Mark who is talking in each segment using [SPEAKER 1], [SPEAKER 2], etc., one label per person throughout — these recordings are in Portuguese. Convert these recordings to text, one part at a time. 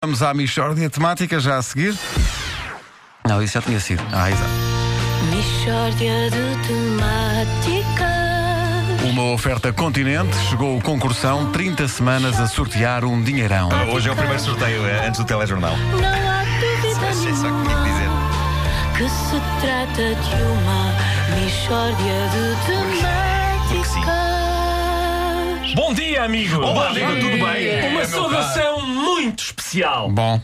[SPEAKER 1] Vamos à Michórdia Temática já a seguir. Não, isso já tinha sido. Ah, exato.
[SPEAKER 2] Mishória de temáticas
[SPEAKER 1] Uma oferta continente, chegou o concursão, 30 semanas a sortear um dinheirão.
[SPEAKER 3] Hoje é o primeiro sorteio eh, antes do telejornal.
[SPEAKER 2] Não há dúvida
[SPEAKER 3] Achei só que tinha que
[SPEAKER 2] nenhuma
[SPEAKER 3] dizer.
[SPEAKER 2] Que se trata de uma Mishória de temáticas
[SPEAKER 4] Bom dia, amigos!
[SPEAKER 3] Olá, amigo, tudo bem?
[SPEAKER 4] Uma
[SPEAKER 3] É, meu
[SPEAKER 4] saudação muito especial!
[SPEAKER 1] Bom,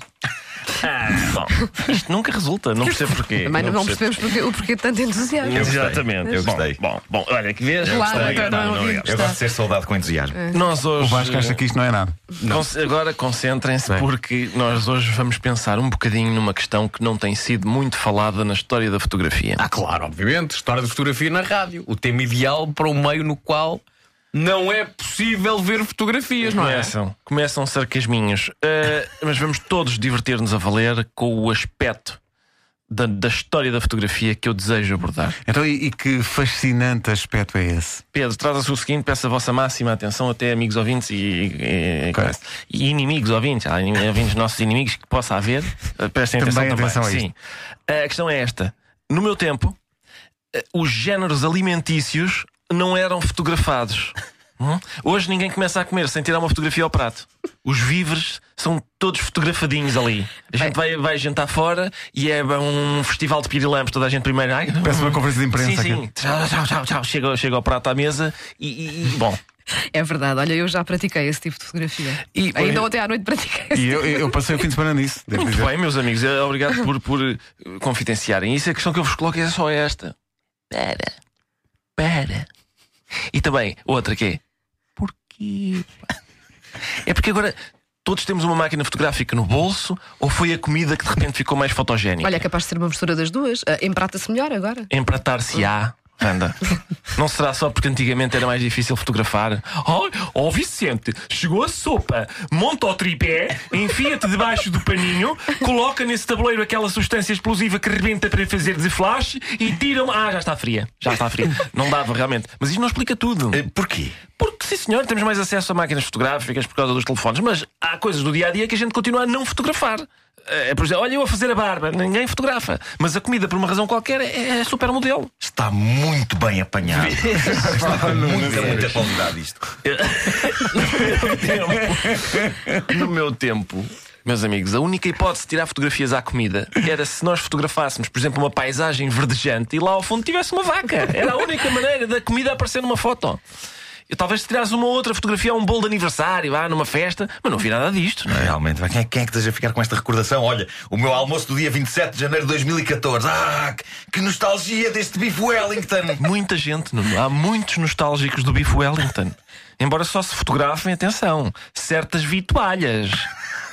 [SPEAKER 4] Ah, bom, isto nunca resulta, não percebo porquê.
[SPEAKER 5] Também É não, percebemos porque, o porquê de tanto entusiasmo.
[SPEAKER 3] Eu gostei.
[SPEAKER 4] Exatamente.
[SPEAKER 3] Eu
[SPEAKER 4] Bom,
[SPEAKER 3] gostei.
[SPEAKER 4] Bom, bom, olha que vês.
[SPEAKER 5] Claro,
[SPEAKER 4] Gostei,
[SPEAKER 5] então,
[SPEAKER 4] não,
[SPEAKER 5] não,
[SPEAKER 4] não,
[SPEAKER 5] vi.
[SPEAKER 4] obrigado.
[SPEAKER 3] Eu gosto de ser soldado com entusiasmo.
[SPEAKER 4] Nós hoje.
[SPEAKER 1] o Vasco acha que isto não é nada.
[SPEAKER 4] Con- Agora concentrem-se porque nós hoje vamos pensar um bocadinho numa questão que não tem sido muito falada na história da fotografia.
[SPEAKER 6] Ah, claro, obviamente. História de fotografia na rádio. O tema ideal para um meio no qual não é possível ver fotografias, não é?
[SPEAKER 4] Começam, começam sarcasminhos. Ah, mas vamos todos divertir-nos a valer com o aspecto da, da história da fotografia que eu desejo abordar.
[SPEAKER 1] Então, e, e que fascinante aspecto é esse?
[SPEAKER 4] Pedro, trata-se o seguinte, peço a vossa máxima atenção até amigos ouvintes e, e- e-
[SPEAKER 1] Ok.
[SPEAKER 4] e inimigos ouvintes, há inim- ouvintes nossos inimigos que possa haver, eh, prestem atenção
[SPEAKER 1] Também
[SPEAKER 4] também.
[SPEAKER 1] atenção a
[SPEAKER 4] Sim. A questão é esta: no meu tempo, eh, os géneros alimentícios não eram fotografados. Hum? Hoje ninguém começa a comer sem tirar uma fotografia ao prato. Os víveres são todos fotografadinhos ali. A gente vai, vai jantar fora e é um festival de pirilampos. Toda a gente primeiro. Ai,
[SPEAKER 1] Peço uma conferência de imprensa
[SPEAKER 4] Sim,
[SPEAKER 1] aqui.
[SPEAKER 4] sim. Tchau, tchau, tchau, tchau. Chega, chega ao prato à mesa e. e- e- bom.
[SPEAKER 5] É verdade, olha, eu já pratiquei esse tipo de fotografia.
[SPEAKER 4] E-
[SPEAKER 5] Ainda ontem à noite pratiquei esse
[SPEAKER 1] E eu, eu passei o fim de semana nisso, devo
[SPEAKER 4] Muito
[SPEAKER 1] dizer.
[SPEAKER 4] então, bem, meus amigos. eh, Obrigado por, por eh, confidenciarem. Isso a questão que eu vos coloco é só esta. Para. Para. E também, outra que é. Porquê? É porque agora. Todos temos uma máquina fotográfica no bolso ou foi a comida que de repente ficou mais fotogénica?
[SPEAKER 5] Olha, é capaz de ser uma mistura das duas. Ah, Emprata-se melhor agora.
[SPEAKER 4] Empratar-se-á. Anda. Não será só porque antigamente era mais difícil fotografar? Oh, oh Vicente, chegou a sopa, monta o tripé, enfia-te debaixo do paninho, coloca nesse tabuleiro aquela substância explosiva que rebenta para fazer de flash e tira-me. Ah, já está fria, já está fria. Não dava realmente. Mas isto não explica tudo.
[SPEAKER 3] Eh, Porquê?
[SPEAKER 4] Porque, sim senhor, temos mais acesso a máquinas fotográficas por causa dos telefones, mas há coisas do dia a dia que a gente continua a não fotografar. É, por exemplo, olha eu a fazer a barba, ninguém fotografa, mas a comida, por uma razão qualquer, é, é super modelo.
[SPEAKER 3] Está muito bem apanhado. Está com muita, muita qualidade isto.
[SPEAKER 4] No meu tempo, meus amigos, a única hipótese de tirar fotografias à comida era se nós fotografássemos, por exemplo, uma paisagem verdejante e lá ao fundo tivesse uma vaca. Era a única maneira da comida aparecer numa foto. E talvez se tirasse uma outra fotografia a um bolo de aniversário, vá, numa festa, mas não vi nada disto, não é?
[SPEAKER 3] Realmente, vai. quem, é- quem é que deseja ficar com esta recordação? Olha, o meu almoço do dia 27 de janeiro de 2014. Ah, que, que nostalgia deste bife Wellington!
[SPEAKER 4] é? Muita gente, Nuno. há muitos nostálgicos do bife Wellington. Embora só se fotografem, atenção, certas vitualhas.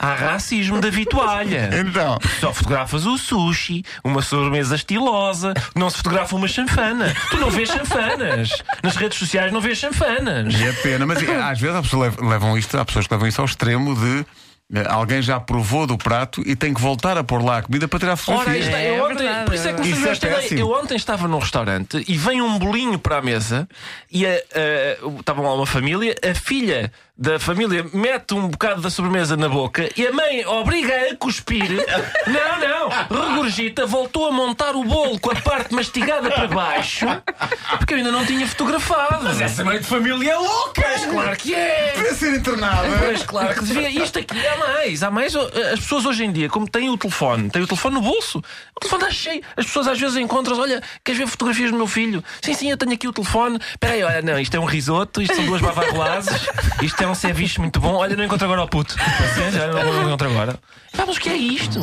[SPEAKER 4] Há racismo da vitualha.
[SPEAKER 1] Então,
[SPEAKER 4] Só fotografas o sushi, uma sobremesa estilosa, não se fotografa uma chanfana. Tu não vês chanfanas. Nas redes sociais não vês chanfanas.
[SPEAKER 1] é pena, mas é, às vezes há pessoas que levam isto, há pessoas que levam isso ao extremo de eh, alguém já provou do prato e tem que voltar a pôr lá a comida para tirar
[SPEAKER 4] Ora, aí
[SPEAKER 1] fotografias.
[SPEAKER 4] está,
[SPEAKER 5] É
[SPEAKER 4] eu ontem,
[SPEAKER 5] verdade,
[SPEAKER 4] por isso é que me
[SPEAKER 1] é
[SPEAKER 4] surgiu esta
[SPEAKER 1] verdade.
[SPEAKER 4] ideia. Eu ontem estava num restaurante e vem um bolinho para a mesa e a- a- estavam lá uma família, a filha da família mete um bocado da sobremesa na boca e a mãe obriga a cuspir. não, não, regurgita, voltou a montar o bolo com a parte mastigada para baixo porque eu ainda não tinha fotografado. Mas essa mãe de família é louca! Mas claro que é!
[SPEAKER 1] Para ser internada.
[SPEAKER 4] Pois, claro que devia. Isto aqui há mais. Há mais. oh, As pessoas hoje em dia, como têm o telefone, têm o telefone no bolso. O telefone está cheio. As pessoas às vezes encontram olha, queres ver fotografias do meu filho? Sim, sim, eu tenho aqui o telefone. Espera aí, olha, não, isto é um risoto, isto são duas bavarroases, isto é um ceviche muito bom. Olha, não encontro agora o puto. Paciência, olha, não encontro agora. Pá, mas o que é isto?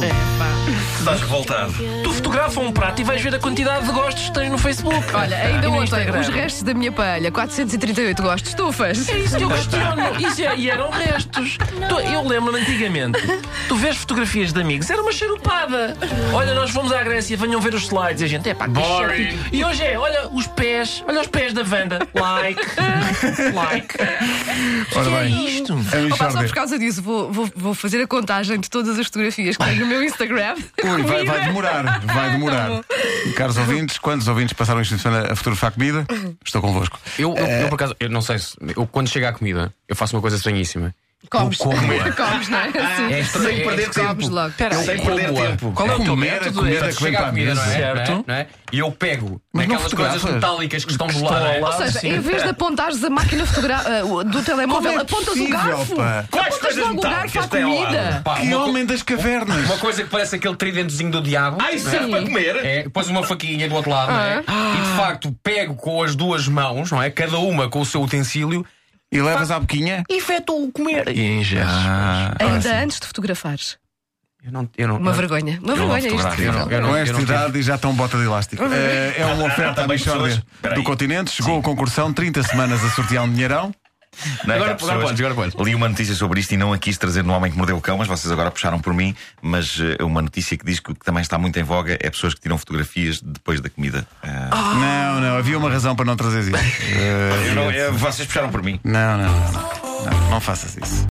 [SPEAKER 3] Estás revoltado.
[SPEAKER 4] Tu fotografa um prato e vais ver a quantidade de gostos que tens no Facebook.
[SPEAKER 5] Olha, ainda
[SPEAKER 4] E no
[SPEAKER 5] ontem,
[SPEAKER 4] Instagram.
[SPEAKER 5] os restos da minha palha, 438 gostos, estufas.
[SPEAKER 4] É isso que eu questiono. Isso é- e eram restos. Tu- eu lembro-me antigamente. Tu vês fotografias de amigos, era uma charupada. Olha, nós fomos à Grécia, venham ver os slides. E a gente, é pá, que chato. E hoje é, olha os pés, olha os pés da Wanda. Like, like. O que
[SPEAKER 1] Ora
[SPEAKER 4] é
[SPEAKER 1] bem.
[SPEAKER 4] isto?
[SPEAKER 1] A
[SPEAKER 5] Opa, só
[SPEAKER 1] Michórdia.
[SPEAKER 5] por causa disso, vou, vou- vou fazer a contagem de todas as fotografias que tenho no meu Instagram.
[SPEAKER 1] Ui, vai, vai
[SPEAKER 5] Comida.
[SPEAKER 1] demorar, vai demorar.
[SPEAKER 5] bom.
[SPEAKER 1] Caros ouvintes, quantos ouvintes passaram este fim de semana a fotografar comida? Estou convosco.
[SPEAKER 6] Eu, eu- eu, por acaso, eu não sei se. Eu, quando chega à comida, eu faço uma coisa estranhíssima.
[SPEAKER 5] Comes.
[SPEAKER 1] como-
[SPEAKER 5] Comes, não é? Sim.
[SPEAKER 3] É estranho
[SPEAKER 5] Sim,
[SPEAKER 3] perder
[SPEAKER 5] comes
[SPEAKER 3] tempo.
[SPEAKER 5] logo.
[SPEAKER 6] Espera
[SPEAKER 3] Sem
[SPEAKER 6] aí,
[SPEAKER 3] perder
[SPEAKER 6] como é?
[SPEAKER 3] tempo.
[SPEAKER 1] Qual é o teu
[SPEAKER 4] Comer
[SPEAKER 1] método?
[SPEAKER 4] é
[SPEAKER 1] Comida que
[SPEAKER 6] Chega
[SPEAKER 1] vem
[SPEAKER 6] a
[SPEAKER 1] para a
[SPEAKER 6] comida,
[SPEAKER 1] mesa.
[SPEAKER 6] não é?
[SPEAKER 4] Certo.
[SPEAKER 6] Não é? Não é? E eu pego
[SPEAKER 1] Mas não
[SPEAKER 6] naquelas coisas
[SPEAKER 1] fotografas?
[SPEAKER 6] metálicas que estão do
[SPEAKER 4] estão ao
[SPEAKER 6] lado.
[SPEAKER 5] Ou
[SPEAKER 4] lado.
[SPEAKER 5] seja,
[SPEAKER 4] sim.
[SPEAKER 5] em vez de apontares a máquina fotogra- ah, do telemóvel,
[SPEAKER 1] Como é
[SPEAKER 5] apontas
[SPEAKER 1] possível,
[SPEAKER 5] o garfo.
[SPEAKER 1] pá?
[SPEAKER 3] Quais
[SPEAKER 5] Apontas
[SPEAKER 3] coisas
[SPEAKER 5] logo o garfo
[SPEAKER 3] metálicas
[SPEAKER 5] à
[SPEAKER 3] tem ao
[SPEAKER 5] comida.
[SPEAKER 3] lado?
[SPEAKER 6] Pá,
[SPEAKER 1] Que
[SPEAKER 6] uma, co-
[SPEAKER 1] homem das cavernas!
[SPEAKER 6] uma coisa que parece aquele tridentezinho do diabo.
[SPEAKER 3] Ah, isso serve
[SPEAKER 5] Sim.
[SPEAKER 3] para comer?
[SPEAKER 6] É, depois uma faquinha do outro lado, não é? E de facto pego com as duas mãos, não é? Cada uma com o seu utensílio
[SPEAKER 1] E levas à boquinha? Ah,
[SPEAKER 6] e efetuo comer.
[SPEAKER 4] E ingeres.
[SPEAKER 5] Ainda antes de fotografares.
[SPEAKER 6] Eu não, eu não,
[SPEAKER 5] Uma
[SPEAKER 6] eu-
[SPEAKER 5] vergonha. Uma
[SPEAKER 3] não
[SPEAKER 5] vergonha isto.
[SPEAKER 3] fotografo. Eu não-
[SPEAKER 6] eu não-
[SPEAKER 1] Com
[SPEAKER 6] eu
[SPEAKER 1] esta
[SPEAKER 6] não tive.
[SPEAKER 1] idade e já estão bota de elástico. Eh, É uma oferta à
[SPEAKER 3] também
[SPEAKER 1] Michórdia
[SPEAKER 3] pessoas- Espera
[SPEAKER 1] do
[SPEAKER 3] aí.
[SPEAKER 1] Continente. Chegou a concursão, 30 semanas a sortear um dinheirão.
[SPEAKER 3] Não é
[SPEAKER 6] Agora-
[SPEAKER 3] que há pessoas-
[SPEAKER 6] agora podes, agora podes.
[SPEAKER 3] Li uma notícia sobre isto e não a quis trazer no Homem que Mordeu o Cão, mas vocês agora puxaram por mim. Mas eh, uma notícia que diz que o que também está muito em voga é pessoas que tiram fotografias depois da comida. Ah,
[SPEAKER 1] Não, não, havia uma razão para não trazer isso. Eh,
[SPEAKER 3] eu não- eh, vocês puxaram por mim.
[SPEAKER 1] Não, não, não, não. Não, não faças isso.